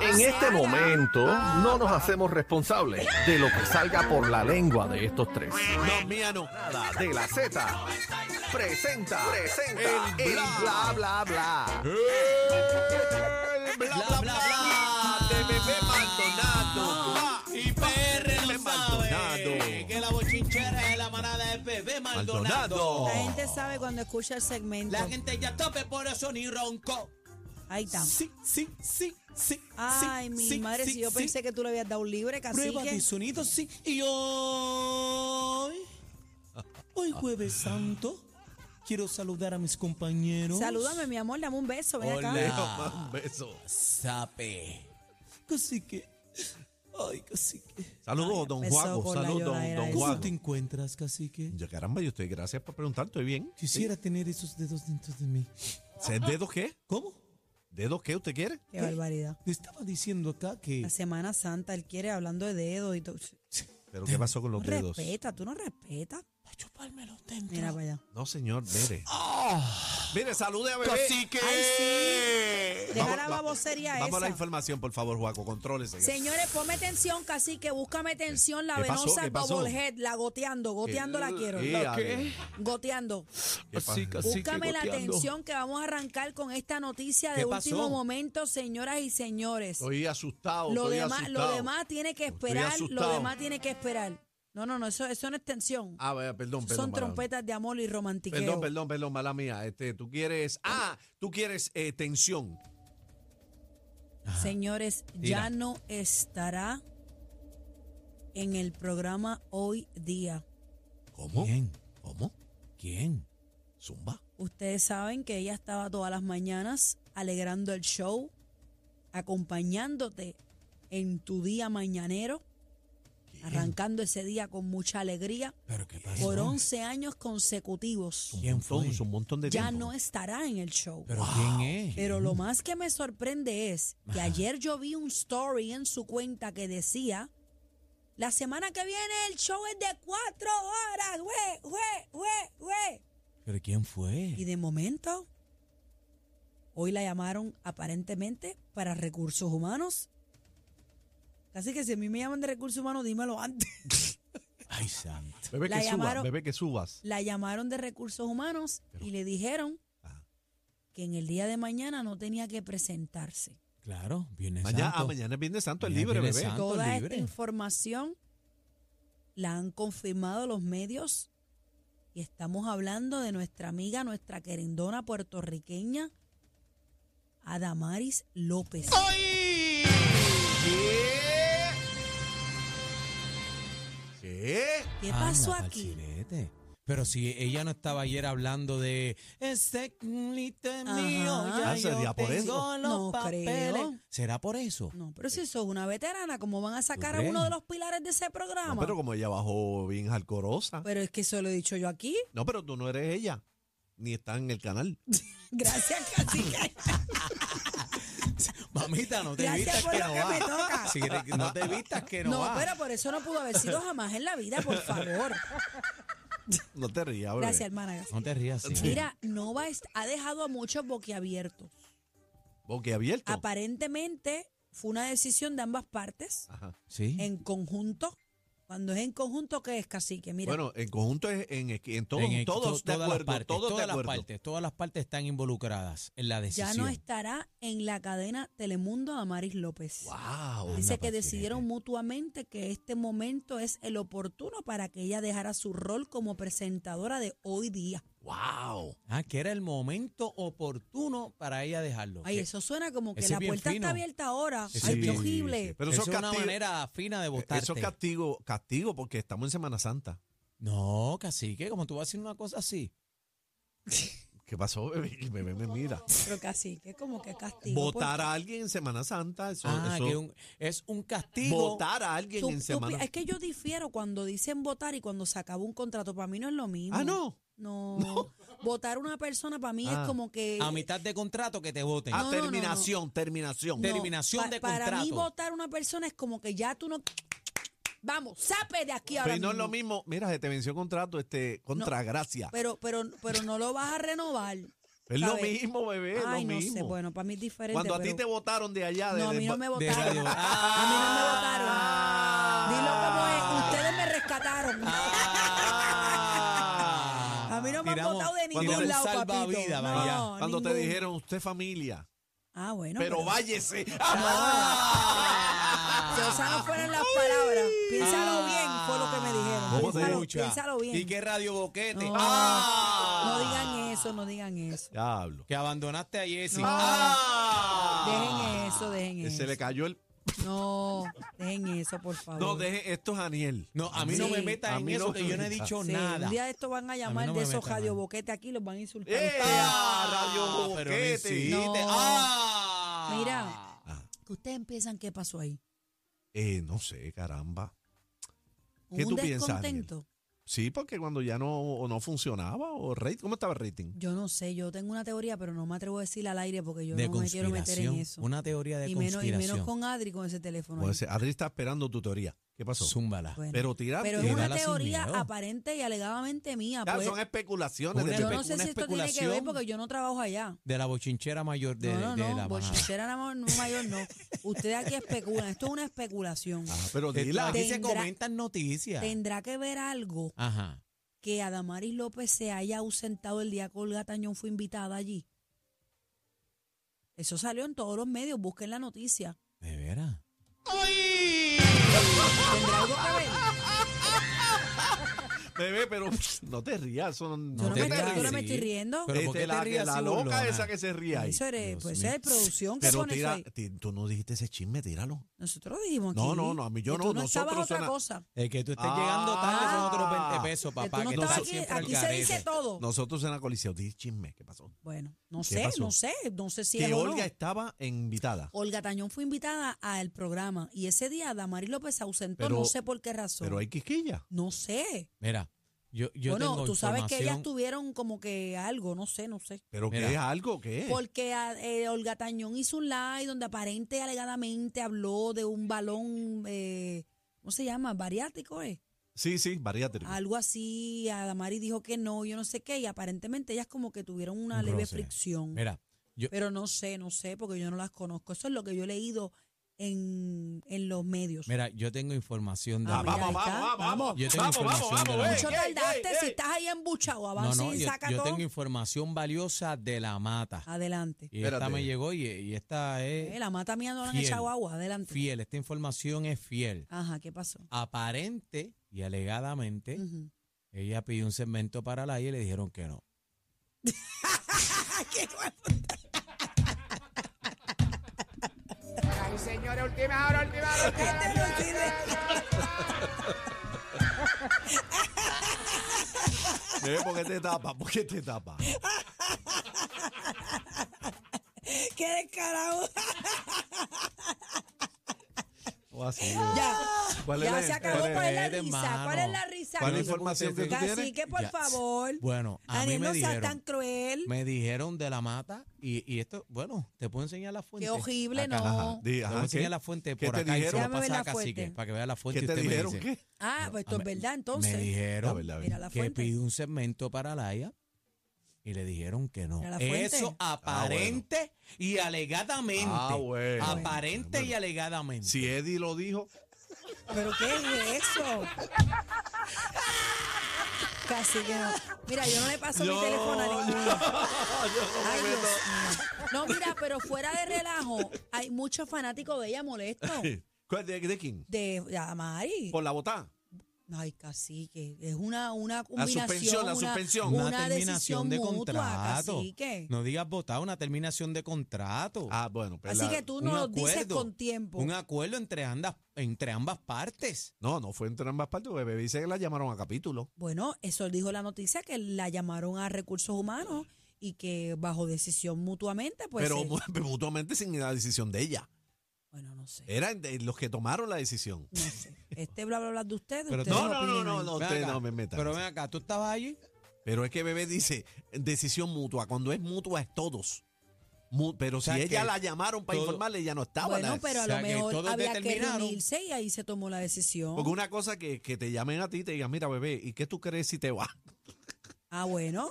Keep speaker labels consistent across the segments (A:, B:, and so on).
A: En este momento no nos hacemos responsables de lo que salga por la lengua de estos tres.
B: No, mía no.
A: Nada de la Z presenta, presenta el bla bla bla.
B: El bla, bla, bla, de Bebé Maldonado. Ah,
C: Y PR
B: Bebé
C: lo sabe
B: Maldonado.
C: que la bochinchera es la manada de bebé Maldonado.
B: Maldonado.
D: La gente sabe cuando escucha el segmento.
C: La gente ya tope por eso ni ronco.
D: Ahí está.
C: Sí, sí, sí, sí.
D: Ay,
C: sí,
D: mi
C: sí,
D: madre,
C: sí,
D: si yo
C: sí.
D: pensé que tú le habías dado libre,
C: Prueba de
D: cacique.
C: sonido, sí. Y hoy, hoy jueves santo, quiero saludar a mis compañeros.
D: Salúdame, mi amor, dame un beso, ven
C: Hola.
D: acá.
B: Un beso.
C: Sape. Cacique. Ay, cacique.
B: Saludos, don
D: empezó
B: Juaco.
D: con la
B: Saludos, don,
D: lloradera
B: don
D: esa.
C: ¿Cómo
B: Juaco.
C: te encuentras, cacique?
B: Yo, caramba, yo estoy. Gracias por preguntar. ¿Estoy bien?
C: Quisiera tener esos dedos dentro de mí.
B: ¿Sí? ¿Dedos qué?
C: ¿Cómo?
B: ¿Dedos qué usted quiere?
D: Qué barbaridad.
C: Te estaba diciendo acá que...
D: La Semana Santa, él quiere hablando de dedos y todo.
B: ¿Pero qué pasó con
D: No
B: los dedos?
D: respeta, tú no respetas.
C: Para chuparme los dentro.
D: Mira para allá.
B: No, señor, mire.
D: Ah.
B: Mire, salude a bebé.
C: Cacique.
D: Ay, Deja la
B: va-
D: babosería
B: Vamos a la
D: esa.
B: información, por favor, Juaco. Contrólese.
D: Señores, ponme tensión, cacique, búscame tensión, la
B: ¿Qué pasó?
D: venosa
B: ¿Qué pasó?
D: bobblehead, la goteando, goteando la quiero.
B: Eh, a ver,
D: Goteando.
B: ¿qué pasa?
D: Búscame la atención que vamos a arrancar con esta noticia de
B: ¿Qué pasó?
D: último momento, señoras y señores.
B: Estoy asustado.
D: Lo
B: estoy
D: demás,
B: asustado.
D: lo demás tiene que esperar, lo
B: asustado.
D: demás tiene que esperar. No, no, no, eso, eso no es tensión.
B: A ver, Ah, perdón, perdón.
D: Son
B: mala-
D: trompetas de amor y romantiqueo.
B: Perdón, perdón, perdón, mala mía. Este, tú quieres. Ah, tú quieres eh, tensión.
D: Señores,
B: Tira.
D: ya no estará en el programa hoy día.
B: ¿Cómo?
C: ¿Quién?
B: ¿Cómo?
C: ¿Quién?
B: Zumba.
D: Ustedes saben que ella estaba todas las mañanas alegrando el show, acompañándote en tu día mañanero, arrancando ese día con mucha alegría
C: ¿Pero qué pasó?
D: por 11 años consecutivos.
C: ¿Quién
B: Montón,
C: fue?
B: es un montón de
D: Ya
B: tiempo.
D: no estará en el show.
C: ¿Pero quién es?
D: Pero lo más que me sorprende es que ayer yo vi un story en su cuenta que decía, la semana que viene el show es de cuatro horas, güey, güey, güey, güey.
C: ¿Pero quién fue?
D: Y de momento, hoy la llamaron aparentemente para recursos humanos. Así que si a mí me llaman de recursos humanos, dímelo antes.
C: Ay, santo.
B: Bebé,
D: La
B: que subas.
D: llamaron-
B: Bebé, que subas.
D: La llamaron de recursos humanos y le dijeron
B: Ajá.
D: que en el día de mañana no tenía que presentarse.
C: Claro, viene
B: Mañana,
C: santo.
B: ah, mañana es Viernes Santo, el
C: Mañana
B: libre,
C: es
B: bebé.
C: Viernes Santo.
D: Toda
C: libre.
D: esta información la han confirmado los medios y estamos hablando de nuestra amiga, nuestra querendona puertorriqueña, Adamaris López.
B: ¡Ay! ¿Qué? ¿Qué?
D: ¿Qué
C: Anda,
D: pasó aquí?
C: Marcelete. Pero si ella no estaba ayer hablando de ese culito es mío,
D: Ajá.
C: ya
B: Ah, sería
C: yo
B: por eso.
C: tengo los
D: No
C: papeles.
D: creo.
C: ¿Será por eso?
D: No, pero si sos una veterana, ¿cómo van a sacar a
C: crees?
D: uno de los pilares de ese programa?
B: No, pero
D: pero,
B: como ella bajó bien jalcorosa.
C: Pues.
D: es que eso lo he dicho yo aquí.
B: No, pero tú no eres ella. Ni está en el canal.
D: Gracias, cacique.
C: Mamita, no te
D: Gracias
C: vistas
D: por
C: que
D: lo
C: no
D: que me
C: va.
D: toca.
C: Si te- no te vistas que no,
D: No,
C: va.
D: pero por eso no pudo haber sido jamás en la vida, por favor.
B: No te rías, bebé.
D: Gracias, hermana.
C: No te rías. sí.
D: Mira, Nova est- ha dejado a muchos boquiabiertos.
B: Boque abierto.
D: Aparentemente fue una decisión de ambas partes,
B: Ajá.
C: Ah, Sí.
D: en conjunto. Cuando es en conjunto, ¿qué es, cacique? Mira,
B: Bueno, en conjunto es en, en, todos,
C: En el-
B: todos
C: to-
B: de
C: todas las
B: acuerdo,
C: partes,
B: todos de
C: todas las
B: acuerdo.
C: partes, todas las partes están involucradas en la decisión.
D: ya no estará en la cadena Telemundo Adamaris López.
B: Wow.
D: Dice
C: Anda
D: que
C: pa'l
D: decidieron
C: garete.
D: mutuamente que este momento es el oportuno para que ella dejara su rol como presentadora de hoy día.
B: Wow.
C: Ah, que era el momento oportuno para ella dejarlo.
D: Ay,
C: Que-
D: eso suena como que
C: Ese
D: la
C: es bien
D: puerta
C: fino.
D: está abierta ahora.
C: Ese
D: Ay,
C: es
D: qué
C: bien-
D: horrible.
B: sí, sí. Pero
C: eso
B: eso
C: es una
B: castigo-
C: manera fina de votarte.
B: Eso es castigo, castigo porque estamos en Semana Santa.
C: No, cacique, como tú vas a hacer una cosa así.
B: ¿Qué pasó, bebé? El bebé me mira.
D: Pero casi, que como que castigo.
B: Votar a alguien en Semana Santa, eso,
C: ah,
B: eso-
C: que un- es un castigo.
B: votar a alguien
D: Tú-
B: en
D: tú
B: Semana
D: pi- es que yo difiero cuando dicen votar y cuando se acaba un contrato. Para mí no es lo mismo.
B: Ah, no.
D: No. Votar una persona para mí
B: Ah.
D: es como que.
C: A mitad de contrato que te voten.
B: A
D: no, no, no,
B: Ah, terminación, terminación.
C: No. Terminación de
D: Para mí
C: contrato.
D: votar una persona es como que ya tú no. Vamos, sape de aquí ahora
B: Pero no es lo
D: mismo.
B: mismo. Mira, se te venció contrato, este, contra gracia.
D: pero, pero, pero no lo vas a renovar.
B: Es lo
D: ¿sabes?
B: mismo, bebé, es
D: Ay,
B: lo
D: no
B: mismo.
D: sé, bueno, para mí es diferente.
B: Cuando a ti
D: pero-
B: te votaron de allá, de,
D: No, a
B: de-
D: mí no me
B: de- Ah.
C: de
D: votaron.
C: radio.
D: A mí no me votaron. Dilo como es. Ustedes me rescataron. A mí no me han
C: Tiramos-
D: votado de
C: tiramos
D: ningún
C: un
D: lado, papito.
C: salvavidas,
D: No,
C: vaya.
B: Cuando te
D: ningún.
B: dijeron, usted familia,
D: Ah, bueno.
B: pero váyese. Ah,
D: Si esas no fueron las palabras, piénsalo bien, fue lo que me
C: ¿Cómo
D: dijeron.
C: te
D: Piénsalo,
C: escucha?
D: piénsalo bien.
C: ¿Y qué radio boquete?
D: No,
B: Ah.
D: no digan eso, no digan eso.
B: Diablo.
C: Que abandonaste a Jessy.
D: No.
B: ¡Ah!
D: Dejen eso, dejen
B: Que
D: eso.
B: Se le cayó el.
D: No, dejen eso, por favor.
B: No, deje, esto es Aniel.
C: No, a mí no
D: Sí.
C: me metas
B: A
C: en
B: mí no
C: eso,
B: me
C: que yo no he
B: metas.
C: dicho
D: Sí,
C: nada.
D: Un día de estos van a llamar
C: no me
D: de esos
C: metan,
D: radio
C: mano.
D: boquete aquí, los van a insultar.
B: ¡Eh!
C: Ah,
B: ¡Radio
C: pero no
B: Boquete!
C: hiciste.
D: No.
C: Ah.
D: Mira. Que ustedes piensan qué pasó ahí.
B: Eh, no sé, caramba. ¿Qué
D: ¿Un
B: tú piensas, Daniel?
D: descontento?
B: Sí, porque cuando ya no, o no funcionaba, o rate, ¿cómo estaba el rating?
D: Yo no sé, yo tengo una teoría, pero no me atrevo a decirla al aire porque yo no me quiero meter en eso.
C: Una teoría de
D: y, menos, y
C: conspiración.
D: menos con Adri con ese teléfono. ahí.
B: Pues, Adri está esperando tu teoría. ¿Qué pasó?
C: Zúmbala.
D: Bueno.
B: Pero tira.
D: Pero es
C: Mírala
D: una
C: sin
D: teoría
C: miedo.
D: aparente y alegadamente mía.
B: Ya,
D: pues.
B: son especulaciones.
C: Una-
B: de
D: yo
B: Pepe.
D: no sé
C: una
D: si esto tiene que ver
C: especulación.
D: porque yo no trabajo allá.
C: De la bochinchera mayor de, de
D: no, no, no,
C: la manada.
D: bochinchera no, no, mayor no. Ustedes aquí especulan, esto es una especulación.
B: Ah, pero
C: Esto,
B: dila.
C: aquí se
D: Tendrá-
C: comentan noticias.
D: ¿Tendrá que ver algo
C: Ajá.
D: que Adamaris López se haya ausentado el día que Olga Tañón fue invitada allí? Eso salió en todos los medios, busquen la noticia.
C: De veras.
D: ¿Tendrá algo que ver?
B: Bebé, pero no te rías. Son,
D: Yo no,
C: te
D: me,
C: rías,
D: yo no me
C: sí.
D: estoy riendo.
C: Pero ¿por
B: Este,
C: qué te
B: la, que-
C: rías
B: la
C: así,
B: loca
C: burlona?
B: esa que se ríe ahí.
D: Eso eres,
C: Dios
D: pues
C: mío.
D: esa es producción que
B: Pero
D: pone eso
B: tira,
D: ahí.
B: ti- tú no dijiste ese chisme, tíralo.
D: Nosotros dijimos aquí.
B: No, no, no, a mí yo
D: que
B: no,
D: tú no estabas
B: nosotros
D: otra
B: suena-
D: cosa.
C: El que tú estés
B: Ah.
C: llegando tarde son otros 20 pesos,
D: Que
C: papá.
D: Este, tú no
C: que
D: estabas
C: estás
D: aquí.
C: siempre al
D: Aquí se
C: garete.
D: dice todo.
B: Nosotros en la coliseo, di chisme, ¿qué pasó?
D: Bueno, no
B: ¿Qué
D: sé,
B: pasó?
D: no sé, no sé si es
B: que
D: o no. Oh,
B: Olga estaba invitada.
D: Olga Tañón fue invitada al programa y ese día Damaris López se ausentó,
B: Pero-
D: no sé por qué razón.
B: Pero hay quisquilla.
D: no sé.
C: Mira, yo, yo
D: bueno,
C: tengo
D: tú sabes que ellas
C: información-
D: tuvieron como que algo, no sé, no sé.
B: Pero que
C: Mira.
B: es algo, que es?
D: Porque a- eh, Olga Tañón hizo un live donde aparente y alegadamente habló de un balón, eh, ¿cómo se llama? Bariátrico, ¿eh?
B: Sí, sí, bariátrico.
D: algo así, Adamari dijo que no, yo no sé qué, y aparentemente ellas como que tuvieron una
C: Un
D: leve
C: roce.
D: fricción.
C: Mira, yo-
D: Pero no sé, no sé, porque yo no las conozco. Eso es lo que yo he leído en, en los medios.
C: mira, yo tengo información de
D: Ah,
B: vamos,
D: mira, ahí
B: vamos,
D: está,
B: vamos,
D: vamos.
B: vamos,
C: Yo tengo
B: vamos, vamos,
C: información de la
B: vamos,
D: Mucho
B: ey, ey,
D: tardaste,
B: ey,
D: si
B: ey.
D: estás ahí embuchado,
C: No,
D: avanza
C: no,
D: y
C: yo,
D: saca
C: yo
D: todo.
C: tengo información valiosa de la mata.
D: Adelante.
C: Y
B: Espérate.
C: esta me llegó y, y esta
D: Eh,
C: es
D: la mata mía no la han
C: Fiel.
D: echado agua, adelante.
C: fiel. Esta información es fiel.
D: Ajá, ¿qué pasó?
C: Aparente y alegadamente,
D: Ujú.
C: ella pidió un segmento para la y le dijeron que no.
E: Ay, señores, última hora, última hora. última hora.
D: Este no sirve.
B: Bebé, ¿por qué te tapas? ¿Por qué te tapas?
D: ¡Qué descarado!
B: O Oh, así,
D: Ya,
B: ¿Cuál es
D: ya
B: la-
D: se acabó.
B: cuál es-
D: ¿Cuál es la
C: Espérate,
D: risa?
C: mano.
D: ¿Cuál es la risa?
B: ¿Cuál
C: Yo
B: es
C: no
B: la
C: sé
B: información
C: por qué
B: que
C: ustedes-
B: tú tienes?
D: Así que por
C: Ya,
D: favor.
C: Bueno, a mí
D: Daniel, no
C: me
D: seas
C: dijeron,
D: tan cruel.
C: me dijeron de la mata y, y esto, bueno, te puedo enseñar la fuente.
D: Qué horrible,
C: Acá.
D: no.
B: Ajá, di,
C: Te
B: ajá,
C: voy a enseñar
B: ¿qué?
C: la fuente
B: ¿Qué
C: por
B: te
C: acá y se
B: dijeron?
C: lo
D: Déjame ver
C: pasa
D: la
C: a Cacique
D: fuente.
C: para que vea la fuente.
B: ¿Qué
C: y
B: te
C: usted me
B: dijeron?
C: dice.
B: ¿Qué?
D: Ah, pues esto es
C: me-
D: verdad entonces.
C: Me dijeron
B: La verdad, la
D: Mira la
C: que
D: fuente.
C: pidió un segmento para Laia y le dijeron que no.
D: Mira la fuente. Ah,
C: Eso aparente y alegadamente.
B: Ah, bueno.
C: Aparente y
B: Bueno.
C: alegadamente.
B: Si Eddie lo dijo,
D: ¿Pero qué es eso? Casi que no. Mira, yo no le paso mi
B: Yo-
D: teléfono a ninguno. Ay,
B: me
D: Dios mío. No, mira, pero fuera de relajo, hay muchos fanáticos de ella molestos.
B: ¿cuál de, de quién?
D: De Amari.
B: ¿Por la botada?
D: Ay, cacique. Es una, una
B: La
D: combinación.
B: suspensión, la
D: una-
B: suspensión.
D: Una,
C: una, terminación
D: decisión
C: de
D: mutua,
C: contrato.
D: cacique.
C: No digas votar, una terminación de contrato.
B: Ah, pues. bueno, pero
D: Así
B: la-
D: que tú
C: Un
D: no lo dices
C: acuerdo,
D: con tiempo.
C: Un acuerdo entre ambas, entre ambas partes.
B: No, no fue entre ambas partes, bebé. Dice que la llamaron a capítulo.
D: Bueno, eso dijo la noticia que la llamaron a recursos humanos y que bajo decisión mutuamente, pues.
B: pero
D: eh,
B: mu- mutuamente sin la decisión de ella.
D: bueno, no sé.
B: Eran de- los que tomaron la decisión.
D: No sé. Este bla bla bla de ustedes.
C: Pero
D: ustedes
C: no,
B: no, no,
D: opinen
B: no,
D: ahí.
B: no.
C: Ven
B: usted
C: acá,
B: me metan.
C: Pero ven acá, tú estabas allí.
B: Pero es que bebé dice decisión mutua. Cuando es mutua es todos. Mu- pero
C: O sea
B: si
C: que
B: ella la llamaron para
C: todo-
B: informarle, ya no estaba.
D: Bueno,
B: la-
D: pero a
C: o sea,
D: lo
C: que
D: mejor
C: todos
D: había que
C: determinaron.
D: reunirse y ahí se tomó la decisión.
B: Porque una cosa que, que te llamen a ti y te digan, mira bebé, ¿y qué tú crees si te vas?
D: Ah, bueno.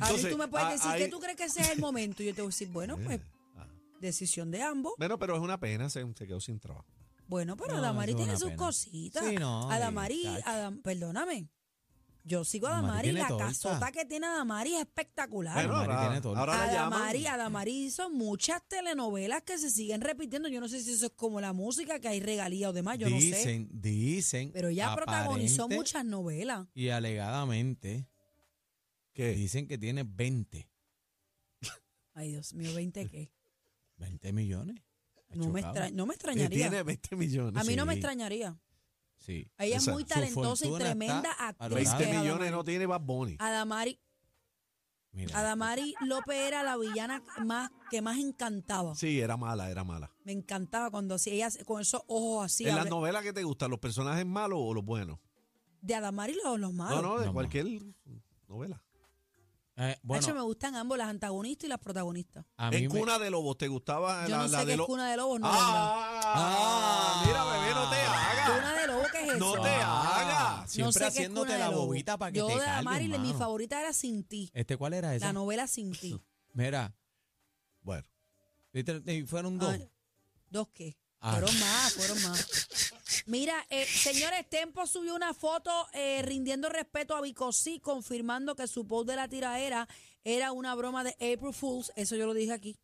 D: a mí tú me puedes decir, ¿qué tú crees que ese es el momento? Y yo te voy a decir, bueno, pues,
C: Ah.
D: decisión de ambos.
B: Bueno, pero es una pena, se, se quedó sin trabajo.
D: Bueno, pero
C: No,
D: Adamari
C: eso es
D: tiene
C: una
D: sus
C: pena.
D: cositas.
C: Sí, no, y
D: Adamari,
C: tacho.
D: Adam- perdóname. Yo sigo a Adamari,
C: Adamari tiene
D: la
C: torta.
D: casota que tiene Adamari es espectacular.
B: Bueno,
C: Adamari
B: ahora,
C: tiene todo.
B: ahora la llaman.
D: Adamari, Adamari hizo muchas telenovelas que se siguen repitiendo. Yo no sé si eso es como la música que hay regalía o demás, yo no sé.
C: dicen, dicen.
D: Pero ella protagonizó
C: aparente
D: muchas novelas.
C: Y alegadamente
B: ¿Qué?
C: dicen que tiene 20.
D: Ay, Dios mío, 20 qué.
C: 20 millones. Ha
D: No me,
C: chocado.
D: extra- no me
B: Que
D: extrañaría.
B: tiene 20 millones.
D: A mí no me
C: sí.
D: extrañaría.
C: Sí.
D: Ella es
B: Esa-
D: muy
C: su
D: talentosa y
C: fortuna
D: tremenda
C: está
D: actriz.
C: valorada.
B: 20
D: que es
B: millones
D: Adamari.
B: no tiene Bad Bunny.
D: Adamari,
C: Mira,
D: Adamari López era la villana más, que más encantaba.
B: Sí, era mala, era mala.
D: Me encantaba cuando hacía ella con esos ojos así.
B: ¿En
D: hable-
B: las novelas que te gustan, los personajes malos o los buenos?
D: de Adamari los, los malos.
B: No, no, de
C: No,
B: cualquier novela.
C: eh,
D: De hecho,
C: bueno,
D: me gustan ambos, las antagonistas y las protagonistas.
C: a mí
B: En
C: me-
B: Cuna de Lobos, ¿te gustaba
D: Yo
B: la,
D: no
B: la
D: sé qué
B: de
D: es
B: lo-
D: cuna de lobos, no es verdad.
B: ¡Ah! Mira, bebé, no te hagas.
D: Cuna de lobos, ¿qué es eso?
B: No te hagas.
C: Ah, Siempre
D: No sé qué es
C: haciéndote
D: Cuna de
C: la
D: Lobos.
C: bobita para que
D: Yo
C: te
D: de Adamari,
C: calmes,
D: mi
C: mano.
D: favorita era Sin Ti.
C: ¿Este cuál era ese?
D: La novela Sin Ti.
C: Mira,
B: Bueno,
C: ¿viste? Eh, fueron dos.
D: Ay, ¿Dos qué?
C: Ah.
D: Fueron más, fueron más. Mira, eh, señores, Tempo subió una foto eh, rindiendo respeto a Bicosí, confirmando que su post de la tiraera era una broma de April Fools. Eso yo lo dije aquí.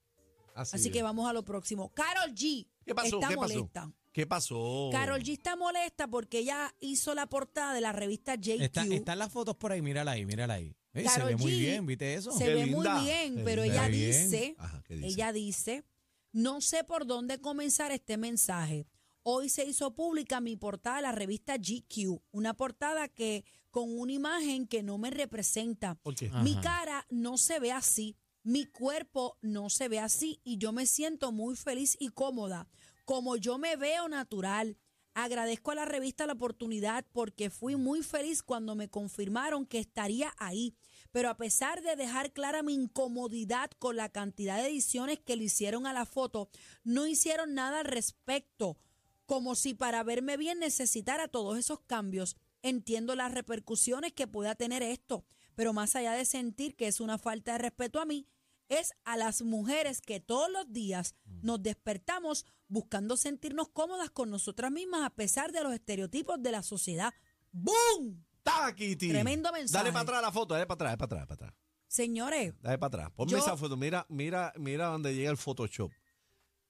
B: así,
D: Así que vamos a lo próximo. Carol G
B: ¿Qué pasó?
D: está
B: ¿Qué pasó?
D: molesta.
B: ¿Qué
C: Oh.
B: pasó?
D: Carol G está molesta porque ella hizo la portada de la revista JQ.
C: Está- están las fotos por ahí, mírala ahí, mírala ahí. Eh, se
D: Karol
C: ve muy
D: G
C: bien, ¿viste eso?
D: se
B: Qué
D: ve
B: linda.
D: muy bien,
B: Qué
D: pero
B: linda.
D: ella
C: Qué bien.
D: dice,
B: Ajá, ¿qué dice?
D: ella dice, no sé por dónde comenzar este mensaje. Hoy se hizo pública mi portada de la revista GQ, una portada que con una imagen que no me representa.
B: ¿Por qué?
C: Ah.
D: Mi
C: Ajá.
D: cara no se ve así, mi cuerpo no se ve así y yo me siento muy feliz y cómoda, como yo me veo natural. Agradezco a la revista la oportunidad porque fui muy feliz cuando me confirmaron que estaría ahí. Pero a pesar de dejar clara mi incomodidad con la cantidad de ediciones que le hicieron a la foto, no hicieron nada al respecto como si para verme bien necesitara todos esos cambios. Entiendo las repercusiones que pueda tener esto, pero más allá de sentir que es una falta de respeto a mí, es a las mujeres que todos los días
B: Mm.
D: nos despertamos buscando sentirnos cómodas con nosotras mismas a pesar de los estereotipos de la sociedad. ¡Boom!
B: Taquiti.
D: Tremendo mensaje.
B: Dale para atrás la foto, dale para atrás, para atrás, para atrás.
D: Señores,
B: Dale para atrás. Ponme
D: Yo-
B: esa foto. Mira, mira, mira donde llega el Photoshop.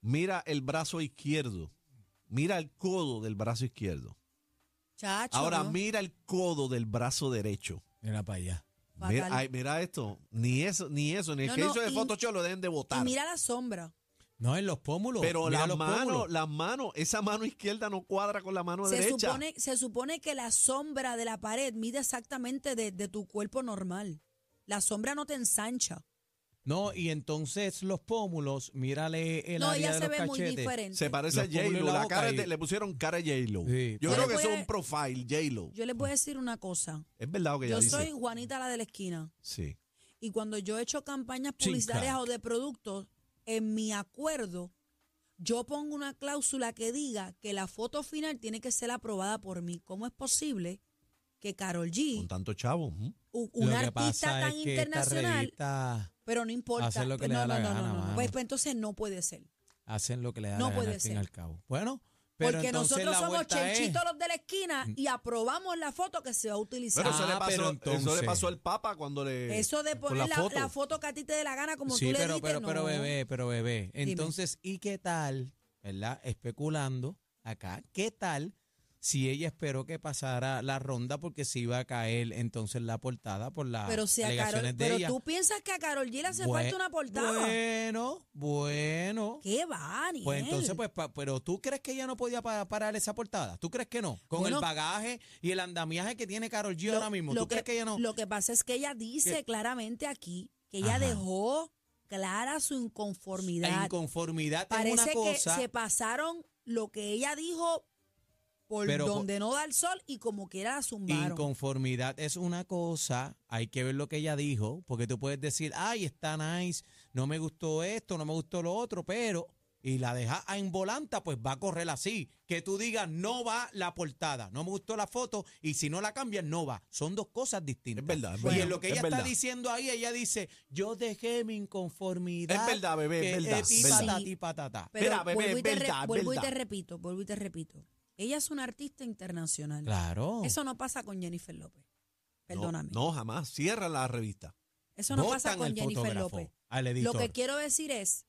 B: Mira el brazo izquierdo. Mira el codo del brazo izquierdo.
D: chacho.
B: Ahora
D: ¿no?
B: mira el codo del brazo derecho.
C: Mira para allá.
B: Mira,
D: Fatal.
B: ay, mira esto. Ni eso, ni eso. Ni el
D: No,
B: que
D: no,
B: hizo de
D: y-
B: Photoshop lo deben de
D: y
B: votar.
D: mira la sombra.
C: No, en los pómulos.
B: Pero
C: mira
B: las
C: los
B: manos,
C: pómulos.
B: las manos, esa mano izquierda no cuadra con la mano
D: Se
B: derecha.
D: supone, se supone que la sombra de la pared mide exactamente de, de tu cuerpo normal. La sombra no te ensancha.
C: No, y entonces los pómulos, mírale el
D: no,
C: área
D: ella
C: de
D: se
C: los
D: ve muy
C: cachetes.
D: diferente.
B: Se parece
C: Los
B: a J-Lo.
C: pómulos y la
B: la
C: boca
B: cara
C: ahí.
B: de- le pusieron cara a J-Lo. Yo creo que
C: Sí,
D: pero- Yo
B: eso
D: le
B: es
D: voy
B: un
D: a-
B: profile, J-Lo.
D: Yo les voy a decir una cosa.
B: Es verdad lo que ella
D: Yo
B: dice.
D: soy Juanita la de la esquina.
B: Sí.
D: Y cuando yo he hecho campañas
C: Chin
D: publicitarias
C: crack.
D: o de productos, en mi acuerdo, yo pongo una cláusula que diga que la foto final tiene que ser aprobada por mí. ¿Cómo es posible que Carol
B: Con
D: G,
B: tanto chavo. ujú.
D: u-
C: Lo
D: una
C: que
D: artista
C: pasa
D: tan
C: es que esta
D: internacional,
C: revista
D: pero no importa? pues
C: hace lo que
D: no,
C: le da
D: no,
C: la
D: no,
C: gana,
D: no, no, no.
C: mano.
D: Pues, pues entonces no puede ser.
C: hacen lo que le da la
D: No
C: gana
D: puede
C: al fin y
D: ser.
C: al cabo. Bueno, pero
D: Porque
C: entonces
D: nosotros
C: la
D: somos
C: vuelta es-
D: chenchitos los de la esquina y aprobamos la foto que se va a utilizar. Ah,
B: Bueno, eso, le
C: Ah,
B: pasó,
C: pero
B: eso le
C: entonces-
B: pasó al Papa cuando le.
D: eso de
B: con
D: poner la
B: la
D: la
B: foto.
D: foto. que a ti te dé la gana, como
C: sí,
D: tú le
C: pero,
D: dices,
C: pero, pero
D: no.
C: bebé, pero bebé. Entonces, ¿y qué tal, verdad? Especulando acá, ¿qué tal si ella esperó que pasara la ronda porque se iba a caer entonces la portada por las
D: Pero si a
C: Ah, alegaciones
D: Carol,
C: de
D: pero
C: ella? Pues,
D: tú piensas que a Carol G le hace
C: Bue-
D: falta una portada.
C: Bueno, bueno.
D: ¿Qué va, Aniel?
C: Pues entonces, pues, pa- pero tú crees que ella no podía pa- parar esa portada. ¿Tú crees que no? Con
D: Bueno.
C: el bagaje y el andamiaje que tiene Carol G ahora mismo. ¿Tú crees que ella no?
D: Lo que pasa es que ella dice
C: ¿Qué?
D: claramente aquí que ella
C: Ajá.
D: dejó clara su
C: La
D: inconformidad.
C: inconformidad es
D: Parece
C: una
D: que
C: cosa.
D: se pasaron lo que ella dijo por
C: Pero por-
D: donde no da el sol y como quiera la zumbaron.
C: Inconformidad es una cosa, hay que ver lo que ella dijo, porque tú puedes decir, ay, está nice, no me gustó esto, no me gustó lo otro, pero y la deja en volanta, pues va a correr así. Que tú digas, no va la portada. No me gustó la foto y si no la cambias, no va. Son dos cosas distintas.
B: Es verdad, es
C: Y
B: verdad,
C: en lo que
B: es
C: ella
B: verdad.
C: está diciendo ahí, ella dice, yo dejé mi inconformidad.
B: Es verdad, bebé, es
C: que-
B: verdad,
C: eh, ti,
D: verdad.
C: patati, patatá.
D: Pero
B: Mira, bebé,
D: vuelvo, y te
B: es
D: re-
B: verdad, es
D: vuelvo y te
B: verdad.
D: repito, vuelvo y te repito. Ella es una artista internacional.
C: Claro.
D: Eso no pasa con Jennifer López. Perdóname.
B: No, no, jamás. Cierra la revista.
D: Eso no pasa
C: Votan
D: con
C: al
D: Jennifer
C: fotógrafo, Ah,
D: López.
C: Al
D: Lo
C: editor.
D: que quiero decir es,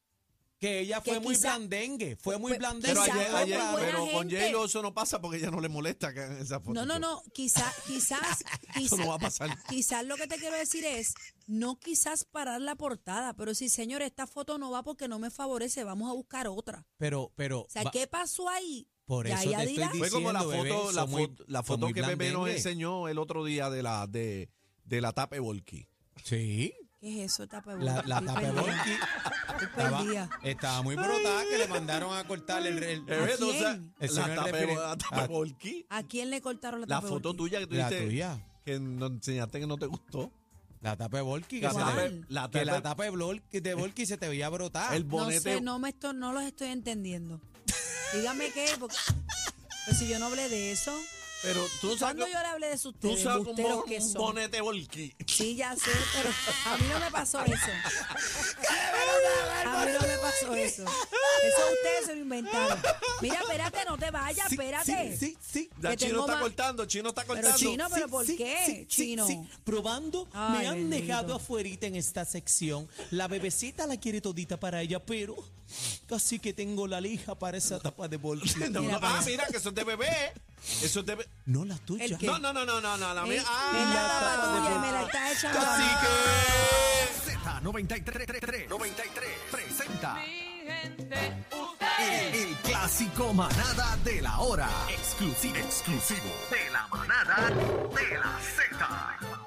C: que ella
D: que
C: fue muy
D: quizá-
C: blandengue. Fue muy
D: Pues,
C: blandengue.
B: Pero,
D: Quizá
B: ayer,
D: fue
B: ayer-
D: muy buena
B: pero con
D: gente.
B: J-Lo eso no pasa porque ella no le molesta que hagan esa foto.
D: no, no, no, quizá, quizás,
B: Eso
D: quizás,
B: no va a pasar.
D: quizás lo que te quiero decir es, no quizás parar la portada, pero sí, señor, esta foto no va porque no me favorece, vamos a buscar otra.
C: Pero, pero.
D: O sea,
C: va-
D: ¿qué pasó ahí?
C: Por
D: Ya
C: eso
D: ella
C: te
D: dirá.
C: estoy
B: Fue como
C: diciendo,
B: la
C: bebé,
B: foto, la
C: son muy-
B: foto, la
C: son
B: foto
C: muy
B: que Pepe nos
C: blandengue.
B: enseñó el otro día de la de, de la Tape Volky.
C: Sí,
D: ¿Qué es eso, tapa
C: la, la tapa Volky
D: perdida.
C: estaba, estaba muy brotada que le mandaron a cortar el, el-
D: Bebé, no quién?
C: Eso no
B: Eh, la
C: es
B: Tape,
C: referen-
B: la Tape
C: Ah,
B: Volky.
D: ¿A quién le cortaron la
B: La
D: tapa
B: foto tuya que tú
C: la
B: dijiste
C: tuya.
B: que nos enseñaste que no te gustó.
C: La tapa de Volky. Que,
B: La
C: se
D: ¿Cuál?
C: te-
B: tape- la
C: que la
B: tape-
C: tapa de Volky, de Volky se te veía brotar.
B: el
D: No
B: bonete.
D: sé, no, me esto, no los estoy entendiendo. Dígame qué, porque pues si yo no hablé de eso.
B: Pero tú sabes,
D: ¿Cuándo
B: que-
D: yo le hablé de sus
B: tú
D: ustedes,
B: sabes un,
D: embusteros
B: bon-
D: que
B: un
D: son?
B: bonete Volky.
D: Sí, ya sé, pero a mí no me pasó eso. A mí no me pasó eso. Eso ustedes se lo inventaron. Mira, espérate, no te vayas,
B: Sí, Sí,
D: espérate.
B: sí, sí.
D: Que
B: Ya Chino
D: tengo
B: está
D: más-
B: cortando, Chino está
D: Pero
B: cortando.
D: Chino, pero ¿por qué, Chino?
C: Probando,
D: Ay,
C: me han
D: bendito.
C: dejado afuerita en esta sección. La bebecita la quiere todita para ella, pero casi que tengo la lija para esa tapa de Volky.
B: No,
D: Mira
B: no,
D: para
B: ah,
D: allá.
B: mira, que eso es de bebé. Eso es de bebé.
C: No la tuya.
D: El que-
B: No, no, no, no, no, no. La
D: Ey,
B: mía. Ah,
D: ven la
B: la
D: tapa
B: tapa de
D: tuya,
B: Volky.
D: me la estás echando a mí.
B: Cacique.
A: Z93, 93, 93, presenta. El, el clásico manada de la hora. Exclusivo. Exclusivo. De la manada de la Z.